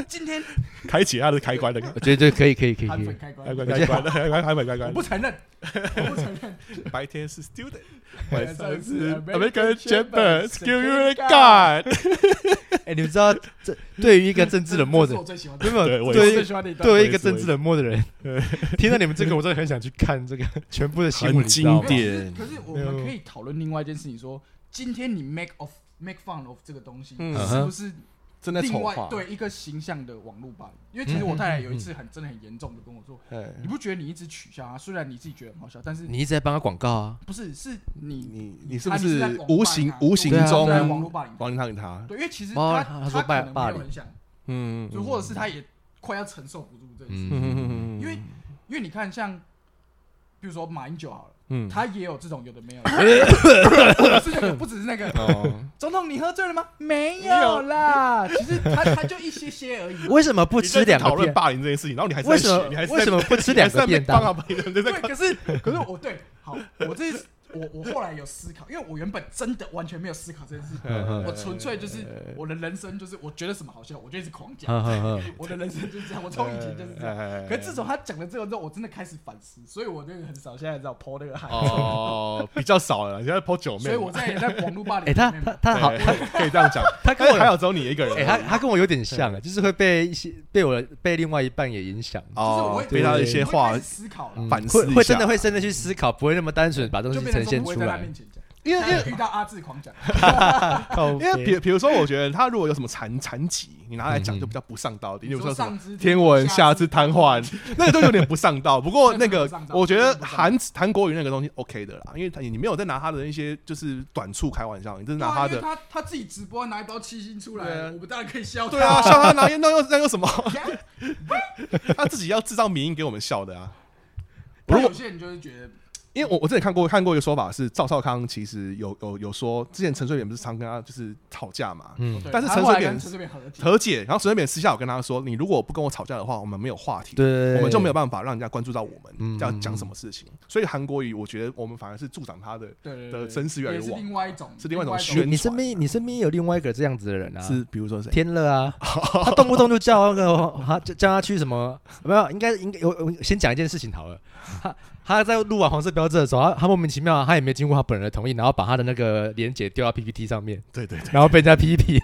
今天开启他的开关的我觉得这可以可以可以可韩粉以。开关 开，关开啊关开关开关开我关不。承认，我不承 认。白天是 student，晚晚上上是是 American American Shepherd。 Shepherd， Skill you a god。哎，你们知道这对于一个政治冷漠这的是我，最喜欢的，没有对没有我这是我对最于喜欢的一段。对也于一个是我也政治是冷漠的人，听到你们这个，我真的很想去看这个全部的新闻，很你知道吗经没典有点可是可是我没有们可以讨论另外一件事情说今天你 make of make fun of 这个东西，嗯是不是正在另丑外化，对一个形象的网络霸凌？因为嗯其实我太太有一次很真的很严重的跟我说，哎，你不觉得你一直取笑他，虽然你自己觉得很好笑，但是你一直在帮他广告啊，不是是你你你是啊不你是在是广泛无啊形对无啊形对啊中对网络霸凌？网他给他？对，因为其实哦他他说可霸能霸没有凌很想，嗯，就或者是他也快要承受不住这件事，嗯嗯嗯嗯，因为因为你看像。比如说马英九好了，嗯他也有这种有的 没有的，不只是那个，不只是那个，哦，总统，你喝醉了吗？没有啦，其实他他就一些些而已。嗯为什么不不吃两讨个论便？霸凌这件事情，然后你还是在为什写么你还是为什么么不吃两个便当？啊？你对，在可是可是我对好，我这次我我后来有思考，因为我原本真的完全没有思考这件事，嗯我纯粹就是我的人生就是我觉得什么好笑，我就一直狂讲，哼哼哼我的人生就是这样，我从以前就是这样。样可是自从他讲了这个之后，我真的开始反思，所以我那个很少现在知道抛那个海，哦，比较少了，你现在抛九妹，所以我在也在网络霸 凌哎，里他面嘛。他他好，他可以这样讲，他跟但是我还好只有你一个人，哎，他他跟我有点像啊，就是会被一些被我被另外一半也影响，就是我会哦，被他的一些我话会开始思考了嗯，反会思一会真的下会真的去思考，不会那么单纯把东西就变呈成说现不会出在他来面。前讲，因为因但为是遇到阿志狂讲。靠因为北比比如说，我觉得他如果有什么残残疾，你拿来讲就比较不上道的，你例如说说什么上肢天文下肢瘫痪，那个都有点不上道。不过那个 那个不上道我觉得那个不上道韩韩国语那个东西 OK 的啦，因为他你没有在拿他的一些就是短处开玩笑，你这是 对拿他啊因为的。他他自己直播拿一包七星出对啊来，我们当然可以笑他。对啊， 笑他拿那又那又什么？他自己要制造迷因给我们笑的啊！不如果过有些人就是觉得因为我我之前看过看过一个说法是赵少康其实有有有说，之前陈水扁不是常跟他就是吵架嘛，嗯，哦对但是他陈后来水扁跟陈水扁合体，和解，然后陈水扁私下有跟他说，你如果不跟我吵架的话，我们没有话题，对，我们就没有办法让人家关注到我们嗯要讲什么事情。所以韩国语，我觉得我们反而是助长他的，对对的对，真实越来越也是旺另外一种，是另外一种你宣你身边你身边有另外一个这样子的人啊，是比如说谁？天乐 啊，他动不动就叫那个 他就叫他去什么，没有，应该应该有我先讲一件事情 好了，他他在录完黄色标志的时候，他他莫名其妙他也没经过他本人的同意，然后把他的那个连接丢到 PPT 上 面，对对对，然后被人家批评，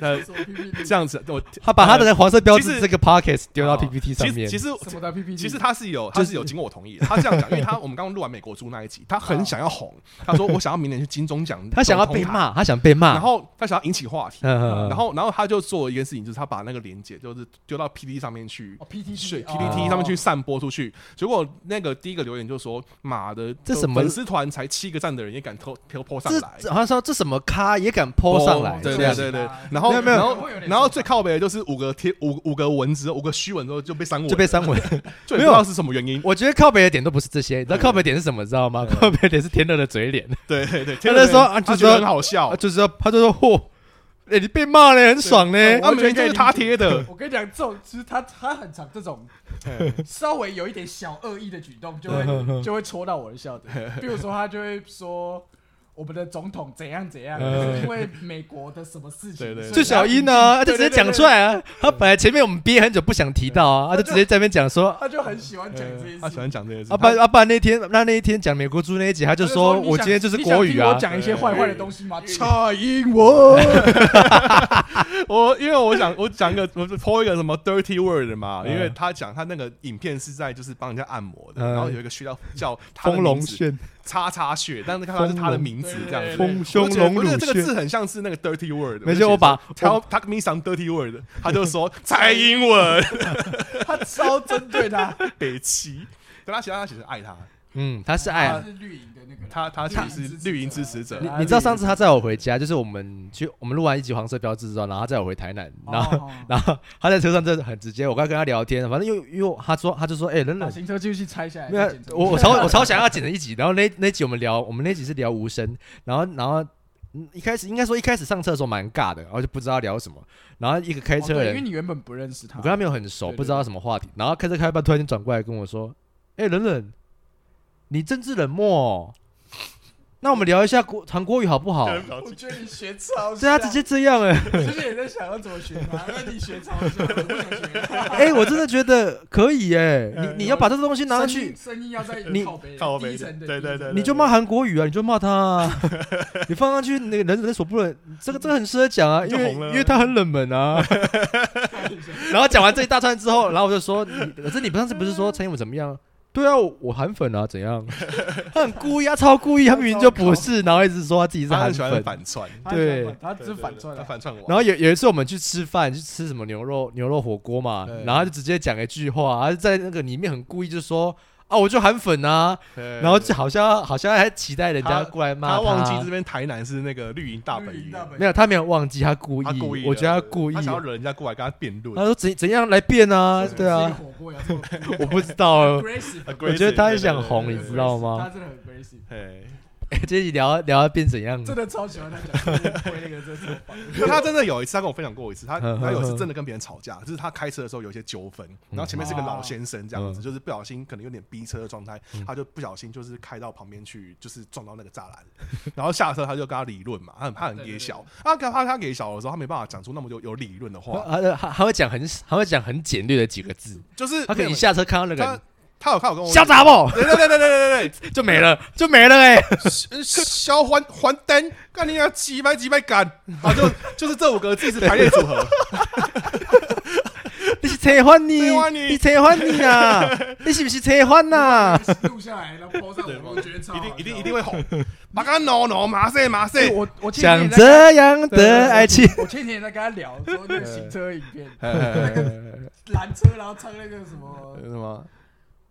呃什么 PPT 这样子，我他把他的黄色 标其实志这个 pockets 丢到哦 PPT 其上实面其，实什么的 PPT，其实他是有他是有经过我同意的，他这样讲，因为他我们刚刚录完美国猪那一集，他很想要红，他说我想要明年去金钟奖，啊他想要被，骂，他想被骂，然后他想要引起话题，啊嗯嗯嗯然后然后他就做一件事情，就是他把那个连接就是丢到 PPT 上面去。哦 PPT 水哦 PPT 上面去散播出去，结果那个第一个留言就说：“妈的，这什么粉丝团才七个赞的人也敢偷偷泼上这来？”哦这好像说这什么咖也敢泼上来，对这对样对对啊。然后没有没有然后会有点然后最靠北的就是五个贴五五个文字五个虚文之后就被删文，就被删文。 就也不知道是什么原因。我觉得靠北的点都不是这些，你知道嗯靠北的点是什么？知道吗？靠北的点是天乐的嘴脸，对对对，他那时候啊他就觉得说很好笑啊，，就是说他就说嚯，哎你被骂了，很爽呢啊对。他我明明哦啊就是他贴的，我跟你讲，这种其实他他很常这种稍微有一点小恶意的举动，就嗯会就会戳到我的笑点。比如说，他就会说我们的总统怎样怎样，嗯就是因为美国的什么事对对情，对所以就小英呢，他对就直接对对讲出来啊。他本来前面我们憋很久不想提到啊，他就直接在那边讲说，啊他就很喜欢讲这些嗯他喜事情。欢讲这些事阿。爸阿爸那天那那一天讲美国猪那一集，他就说你想我今天就是国语啊嗯你想听我。讲一些坏坏的东西吗？蔡英文， 我因为我想我讲一个我抛一个什么 dirty word 嘛，嗯因为他讲他那个影片是在就是帮人家按摩的，嗯然后有一个穴道叫他的丰隆名字炫，叉叉穴，但是看到是他的名字这样子，丰隆我觉得丰胸隆乳我觉得这个穴字很像是那个 dirty word，没事，我把他 talk me some dirty word，他就 说蔡英文他超针对 他，北齐。但他其实他其实爱他，嗯，他是爱他啊。是绿营的那个人，他他其实是绿营支持者对。你知道上次他载我回家，就是我们去我们录完一集黄色标志之后，然后他载我回台南，然后哦然后他在车上真的很直接，我刚跟他聊天，反正又又他说他就说，哎、冷把冷，行车记录器拆下来没有再检查，我我 超我超想要剪成一集，然后那那集我们聊，我们那集是聊无声，然后然后嗯一开始应该说一开始上车的时候蛮尬的，然后就不知道聊什么，然后一个开哦车对的因为人，你原本不认识他，我跟他没有很熟，对对不知道什么话题，然后开车开到一半突然间转过来跟我说，哎、冷冷，你政治冷漠、哦，那我们聊一下国韩国语好不好？我觉得你学超像，对啊，直接这样哎、我之前也在想要怎么学 他，那你学超像，我不想学。 哎、我真的觉得可以哎、呃你你要把这东西拿上去声音，声音要在你靠背靠背低沉的，对对对 你就骂韩国语啊，你就骂他 啊，你放上去那个人人所不能，这个这个很适合讲啊，因就为红了因为他很冷门啊， 然后讲完这一大串之后，然后我就说，你可是你上次不是说陈英武怎么样？对啊，我我韩粉啊，怎样？ 他很故意啊，超故意，他明明就不是，然后一直说他自己是他韩很喜欢粉。反串，他很喜欢对反他只是反串啊他了。反串我。啊然后有有一次我们去吃饭，去吃什么牛肉牛肉火锅嘛对，然后他就直接讲一句话，他就在那个里面很故意就说啊，我就韩粉啊，对然后就好像好像还期待人他家过来骂他忘记这边台南是那个绿营大本绿营营，大本没有，他没有忘记，他故意，他故意的，我觉得他故意他。想要惹人家过来跟他辩论他。说怎怎样来变啊？对吃一个啊， 火锅要做我不知道啊， aggressive，我觉得他很想红，对你知道他吗？真的很 aggressive，哎， 这一聊聊到变怎样？真的超喜欢他讲归那个这种反应。因为他真的有一次，他跟我分享过一次，他嗯他有一次真的跟别人吵架，就是他开车的时候有一些纠纷，然后前面是个老先生这样子，嗯就是不小心可能有点逼车的状态嗯，他就不小心就是开到旁边去，就是撞到那个栅栏，然后下车他就跟他理论嘛，他很他很野小，他他他他给小的时候，他没办法讲出那么有有理论的话，还还还会讲很还会讲很简略的几个字，就是他可能一下车看到那个他哦人他有看我跟我瞎砸爆对对对对对对就没了，就没 了哎。对，呃消还还灯，干你娘几百几百杆， 啊就就是这五个字是排列组合，你是扯欢你扯番，你你扯欢你啊！ 你是不是扯欢呐？录下来，然后抛上对我，我觉得 超一好 定一定笑一定会红，马干挠挠马赛马赛哎，我我前几想天也在这样的爱情。跟，我前几天也在跟他聊说那个行车影片， 什拦车然后唱那个什么，么？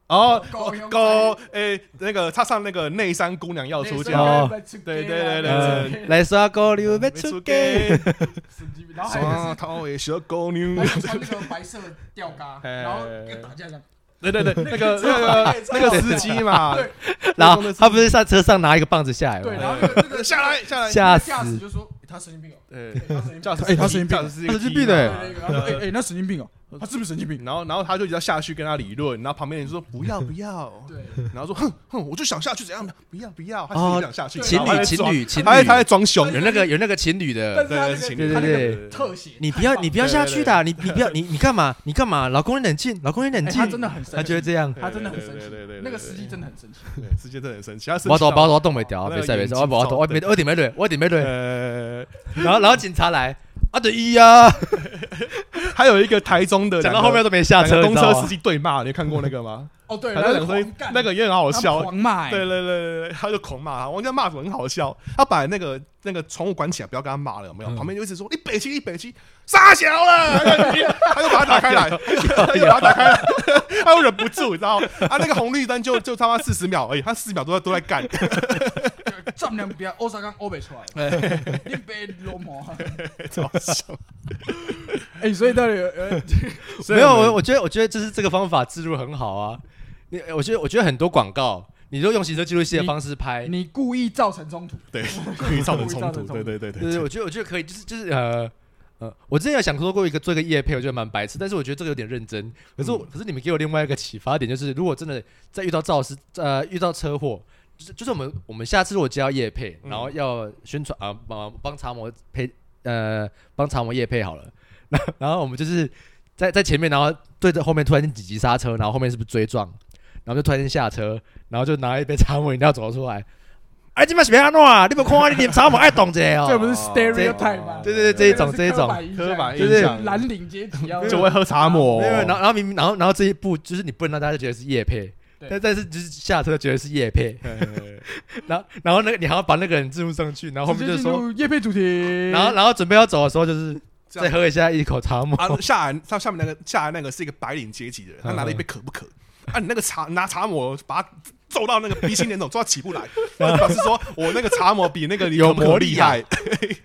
哦，狗狗，诶、那个他上那个内山姑娘要出内嫁，山哦哦，对对对对嗯呃那个来刷狗溜要出街。给，神经病，然后还有一个双头的小狗是，牛还，有穿那个白色吊嘎，哎然后跟打架一样，对 对对，那个那个那个司机嘛，对然后他不是上车上拿一个棒子下来对，吗？然后那个那个下来下来，吓死！驾驶就说哎他神经病哦，对哎，他神经病驾驶哎他神经神病驾驶司机他神经病的对对对然后说哎哎那神经病哦，他是不是神 经病？然后然后他就要下去跟他理论，然后旁边人就说不要不要，对，然后说哼哼，我就想下去怎样的，不要不要，他哦自己想下去，情然后他侣在情装，侣情他在他在侣，装凶，有那 个有那个情侣的，但是对他对那是情个侣，对他那个对特写，你不要你不要下去的，你对你不要你你干嘛？你干嘛？老公你冷静，老公你冷哎静他，真的很他生就气，会这样。他真的很生对对对对对，气那个司机真的很生气，对司机真的很生气，他生气我走到我走动没掉，那别个塞别眼塞，睛我我我照没我点没对，我点没对。呃，然后然后警察来，啊对一啊，还有一个台中的讲两到个后面都没下两车，个你公知道车吗司？机对骂，你有看过那个吗？哦对，他然后在讲说狂干那个也很好他笑，狂骂，哎对对对对对，他就狂骂他，王家骂什么很好笑，他把那个那个窗户关起来，不要跟他骂了，有没有？嗯旁边就一直说你北七你北七傻小了，他就把它打开来，他就把它打开来，他又忍不住，你知道吗？他那个红绿灯就就他妈四十秒而已，他四十秒都在都在干，丈量不要，欧沙刚欧北出来，你别流氓。超好笑。 哎，所以到底有有所以没有，我们我觉得我觉得就是这个方法植入很好啊。你我觉得我觉得很多广告，你就用行车记录器的方式拍，你故意造成冲突，对故意造成冲故突，意造成冲突对对对对对，对。我觉得我觉得可以，就是就是呃呃，我之前有想说过一个做一个夜配，我觉得蛮白痴，但是我觉得这个有点认真。可是我、可是你们给我另外一个启发点，就是如果真的在遇到肇事呃遇到车祸，就是就是我们我们下次如果接到夜配，嗯然后要宣传啊帮帮茶模配呃帮茶模夜配好了， 然后然后我们就是在在前面，然后对着后面突然间紧急刹车，然后后面是不是追撞，然后就突然间下车，然后就拿一杯茶模饮料走出来。哎，这边是别安诺啊！你们看你点茶模爱懂这哦。 这不是 stereotype 吗？对对对，这一种这一种，刻板印就是象蓝领阶级啊要就会喝茶没抹，有，然后然后明明然后然后这一步就是你不能让大家觉得是叶配，对但但是就是下车觉得是叶配，然后然后那个你还要把那个人置入上去，然后后面就说，叶配主题，然后然后准备要走的时候就是这样再喝一下一口茶沫，啊，下来他下面那个下来那个是一个白领阶级的人，他拿嗯了一杯可不可，啊，你那个茶拿茶抹把他揍到那个鼻青脸肿，揍到起 不来，那表示说我那个茶抹比那个有可不可魔力厉害，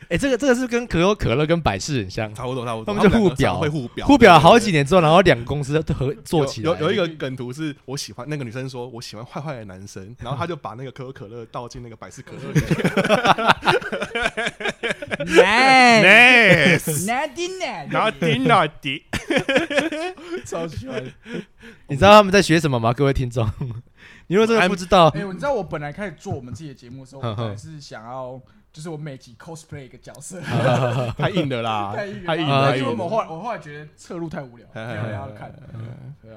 哎，这个这个是跟可口可乐跟百事很像，差不多差不多，他们就两个互表常会互表，互表好几对。对对年之后，然后两个公司都合做有起来，有有一个梗图是我喜欢那个女生说我喜欢坏坏的男生，然后他就把那个可口可乐倒进那个百事可乐里面哎 nice ，nice， nice 然后滴哪滴，超喜欢。你知道他们在学什么吗？各位听众，你如果真的不知道哎，，你知道我本来开始做我们自己的节目的时候，我本来是想要。就是我每集 cosplay 一个角 色， 太硬了啦，太硬太硬了。了，太太因为硬我了。后来我后来觉得侧录太无 聊，没有人要看。嗯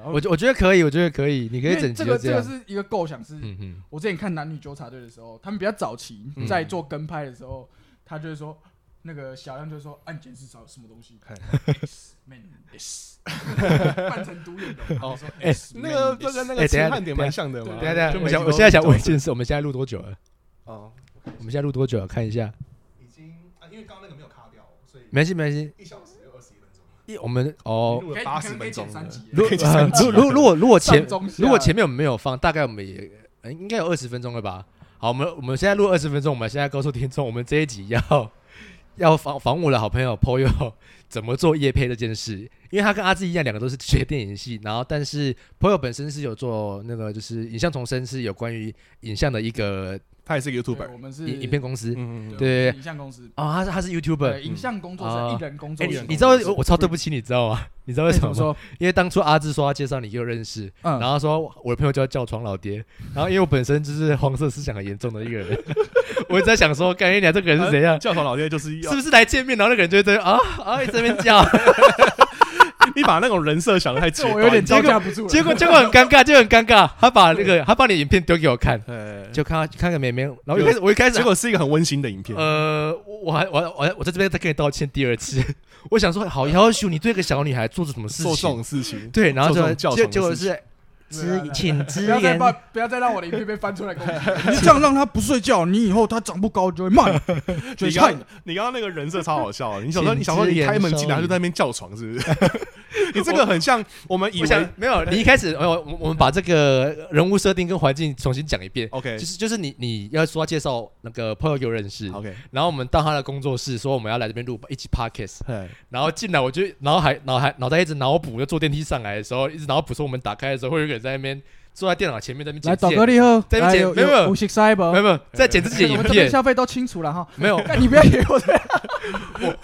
我觉我觉得可以，我觉得可以，你可以整集这就个这个样，是一个构想，是嗯嗯，我之前看男女纠察队的时候，他们比较早期嗯在做跟拍的时候，他就会说那个小亮就说：“啊案件是找什么东西嘿？”Man S，扮成独眼龙。哦哦，说 S，那个这跟那个哎等一痴下汉点蛮像的嘛。等一下等一就下，每我想集我都现在想找问一件事，我们现在录多久了？哦，我们现在录多久了？看一下，已经啊，因为刚刚那个没有卡掉，所以没关系没关系，一小时又二十一分钟，一我们哦，录了可以八可十能可以分钟剪了。三集耶如可以剪三集如如如果如果前上中下如果前面我们没有放，大概我们也呃应该有二十分钟了吧？好，我们我们现在录二十分钟，我们现在告诉听众，我们这一集要 要访访我的好朋友 Poyo 怎么做夜配这件事，因为他跟阿志一样，两个都是学电影系，然后但是 Poyo 本身是有做那个就是影像重生，是有关于影像的一个他也是个对 YouTuber，我们是影影片公司嗯，嗯嗯对我们是影像公司，哦，他是他是 YouTuber，对，影像工作啊室，一人工哎、作你室。你知道我我超对不起你，知道吗？你知道为为什什么么吗？说？因为当初阿志说要介绍你给我认识，嗯，然后说我的朋友叫叫床老爹，然后因为我本身就是黄色思想很严重的一个人， 我一直在想说，干你俩这个人是 怎样？教头老爹就是是要不是来见面，然后那个人就会在啊啊一直在那边 叫，你把那种人设想的太极这端，我有点招结果架不住了。结果结果很尴尬，就很尴尬。他把那个他把你的影片丢给我看，呃，就看到看个妹妹，然后一开始我一开始结果是一个很温馨的影片，呃，我我还我还我还我在这边再跟你道歉第二次， 我想说好要求你对一个小女孩做出什么事做这情，种事情，对，然后做这就种教结唆的结果事情是对啊对支啊请支不要再援把不要再让我的影片被翻出来攻击，你这样让他不睡觉，你以后他长不高就会骂 你，就你会刚看刚你刚刚那个人设超好笑的，你想说请你想说你支援开门进来收就在那边叫床是不是？你这个很像我们以我想为没有，你一开始呃我我们把这个人物设定跟环境重新讲一遍。 OK 就是就是你你要说要介绍那个朋友给我认识， OK，然后我们到他的工作室说我们要来这边录一起 podcast，哎，然后进来我就脑海脑海脑袋一直脑补，就坐电梯上来的时候一直脑补说我们打开的时候会有一个人在那边坐在电脑前面在那边来剪找接格力喝，再来见有没有没有有息塞吧没有没哎有在剪自己的我影们这边片，消费都清楚了哈，没有但你不要以为我在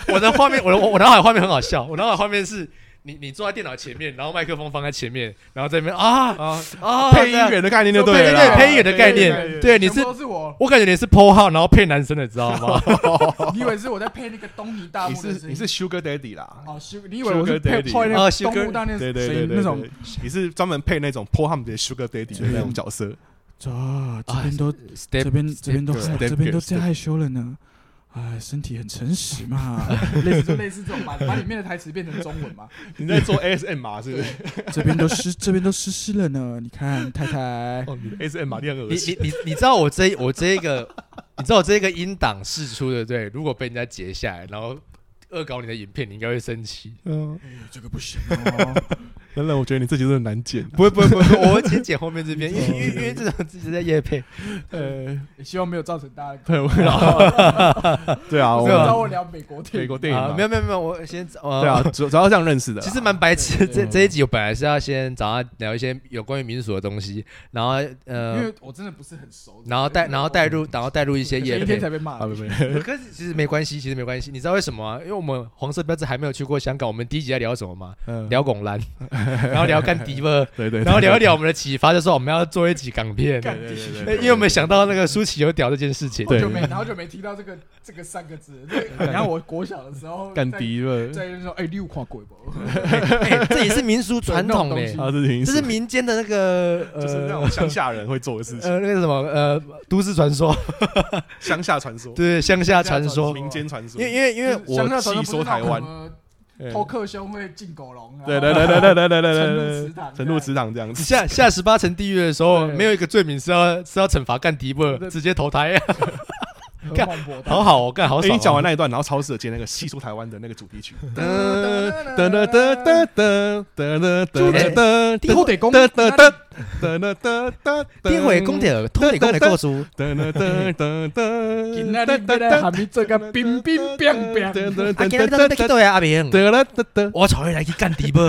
我的画面，我的我我脑海画面很好笑，我脑海画面是你你坐在电脑前面，然后麦克风放在前面，然后在那边啊啊，啊配音这样员的概念就对了对啦，配音员的概配音念，员对，你是全部都是我，我感觉你是 PO 号，然后配男生的，知道 吗？你以为是我在配那个东尼大你木的是声你音？是 Sugar Daddy 啦，哦，是你以为我是 Sugar 配 Daddy 配那啊个，Sugar- 东木大那对声对音对对，那种对，你是专门配那种 p o h u m 的 Sugar Daddy 的那种角色，这这边都对这边这边都哎 Step girl，这边 step girl，都 step 太害羞了呢。哎，身体很诚实嘛，类似就类似这种把把里面的台词变成中文嘛。你在做 ASMR 是不是？这边都湿， 这边都湿湿了呢。你看太太， 哦，你的 ASMR 你很恶你心，你你你知道我这我这一个，你知道我这一个音档试出的，对，如果被人家截下来，然后恶搞你的影片，你应该会生 气。嗯，这个不行哦。等等，我觉得你自己真的很难剪，不会不会不会，我会先剪后面这边， 因为因为因为这种自己在夜配，呃，也希望没有造成大家。对，我对啊，不我没有要啊找们我聊美国电美影，国电影啊，嘛没有没有没有，我先呃对啊，主主要这样认识的啦，其实蛮白痴的。对这这一集我本来是要先找他聊一些有关于民俗的东西，然后因呃，为我真的不是很熟。然后带然后带入然后带入一些前夜一天配。才被骂啊，。没没， 可是其实没关系，其实没关系。你知道为什么、啊？因为我们黄色标志还没有去过香港，我们第一集在聊什么吗？嗯聊拱兰， 然后聊干迪勒，对对，然后聊一聊我们的启发，就说我们要做一集港片，干对，对对对，哎因为我们想到那个舒淇有屌这件事情。好对久没，好久没听到这个这个三个字。这个然后我国小的时候，干迪了，在那说，哎，你有看鬼不？哎这也是民俗传统对那嘞种，他是平这是时民间的那个呃就是那种乡下人会做的事情，呃那个什么呃都市传说，乡下传说，对乡下传说，民间传说，因为因为因为乡我下传说不是我自己说台湾那种什么对偷克兄会进狗笼，对对然后对对对对对沉对入对池塘，沉入池塘这样子，下下十八层地狱的时候，对没有一个罪名是要是要惩罚干迪布，对直接投胎， 很广博的。好好哦，干好哎，爽哦。你讲完那一段，然后超适合接那个《细说台湾》的那个主题曲，噔噔噔噔噔噔噔噔噔地后得攻，噔噔噔噔噔噔，丁伟公的偷你公的过书，噔噔噔噔今噔仔日要来喊你做个冰冰冰冰。啊，今日当得去对阿明，得了得得，我找你来去干迪布。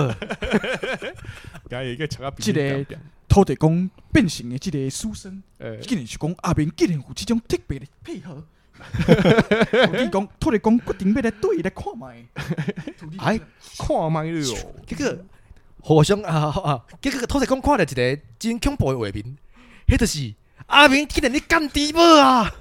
刚有一个强啊，这个土地公变成的这个书生，呃，竟然是讲阿明竟然有这种特别的 配合。土地公，土地公决定要来对来看卖。土地公哎看麦了哦，这个互相啊啊，这个偷你公看到一个真恐怖的画面，迄就是阿明竟然你干迪布啊！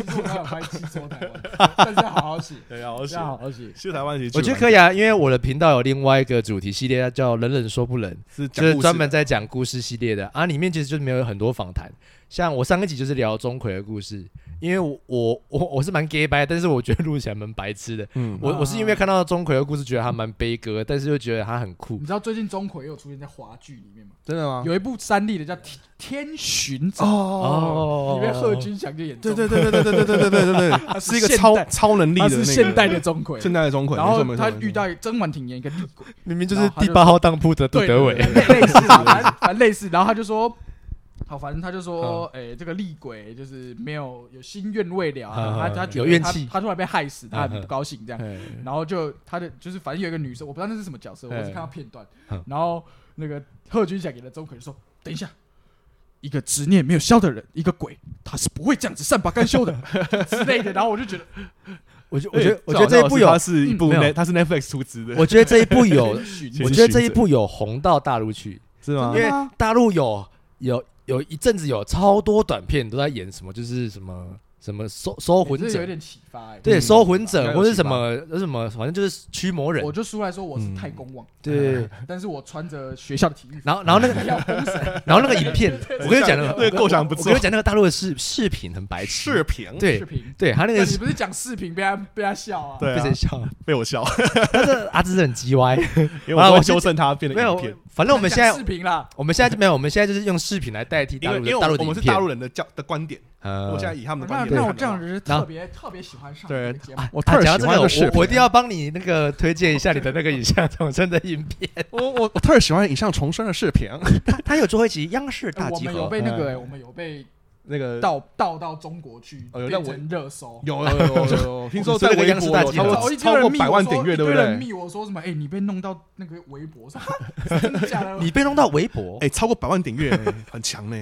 其实我还有拍七周台湾，但是要好好写，对啊，我要好好写。去台湾去，我觉得可以啊，因为我的频道有另外一个主题系列叫“冷冷说不冷”，是就讲故是事专门的在讲故事系列的啊。里面其实就是没有很多访谈，像我上一集就是聊钟馗的故事，因为我我我我是蛮 gay 白，但是我觉得录起来蛮白痴的。嗯，我我是因为看到钟馗的故事，觉得他蛮悲歌，但是又觉得他很酷你。知道最近钟馗又出现在华剧里面吗？真的吗？有一部三立的叫《天天巡者》，哦，里面贺军翔就演钟对馗，对对对对对对对对对对，是是一个现超代超能力他的那个是现代的钟馗。现代的钟馗，然没后错他没遇。错没错到甄嬛婷 演一个厉鬼，明明然后他就号当铺的对对对 对类似，反正反正类似。然后他就说，好，反正他就说，哎，这个厉鬼就是没有有心愿未了啊，嗯他嗯他嗯觉有得怨他气他突然被害死，他很嗯嗯不高兴这样。对，然后就他的就是反正有一个女生，我不知道那是什么角色，我哎只看到片段嗯。然后那个贺军翔给了钟馗就说：“等一下，一个执念没有消的人，一个鬼，他是不会这样子善罢甘休的之类的。”然后我就觉得我觉而我且觉得我觉得这一部最好有，笑的是它是一部嗯没有 Net- 它是 Netflix 出资的，我觉得这一部有 天，巡其实我觉得这一部有红到大陆去， 是真吗因的？为吗大陆有有有一阵子有超多短片都在演什么，就是什么什么收收魂这有者，点启发哎。对，嗯收魂应该者有或者启什么什么，反正就是驱魔人我，就出来说我是太公望，对。但是我穿着学校的体育服，然后然后那个要封神，然后那个影 片，我跟你讲那个这个构想不我错跟你讲那个大陆的视视频很白视痴，频对视频。对，他那那个你不是讲视频被他被他笑啊？对被啊谁，笑？被我笑，他这阿芝很鸡歪， 因为啊我我会是纠正他变没成有影片，，反正我们现视在频啦，我们现在就没有，我们现在就是用视频来代替因大为陆因为的我大们陆的我影们是片大。陆人的嗯教的观点，呃我现在以他们的那观点来那看的话，我这样子是然特后别特别喜欢上对这个节目啊我啊特别讲到喜这欢个，的视我我一频定要帮你那个推荐一下你的那个影像重生的影片。我我我特别喜欢影像重生的视频，他他有做一集嗯央视哎我们有被那个、哎我们有被那个盗盗到中国去，哦有变成热搜。有有有有有，听说我们是在那个微央视博大有集超合过超过百万点阅，对不有哦人对？密我说什么？哎、你被弄到那个微博上， 真的假的？你被弄到微博。哎、哎，超过百万点阅呢，很强 呢。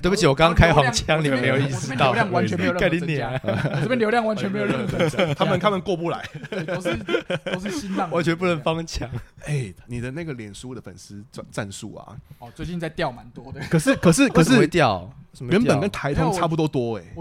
对不起，我刚刚开黄腔，你们没有意识到。我这边流量完全没有任何干你增娘啊加，我这边流量完全没有任何 增加，他们他们过不来。对都是都是新浪，完全不能。翻墙。哎，你的那个脸书的粉丝战战术啊，哦，最近在掉蛮多的，可是可是可为什么会是掉，为什么会原本掉跟台通差不多多哎，我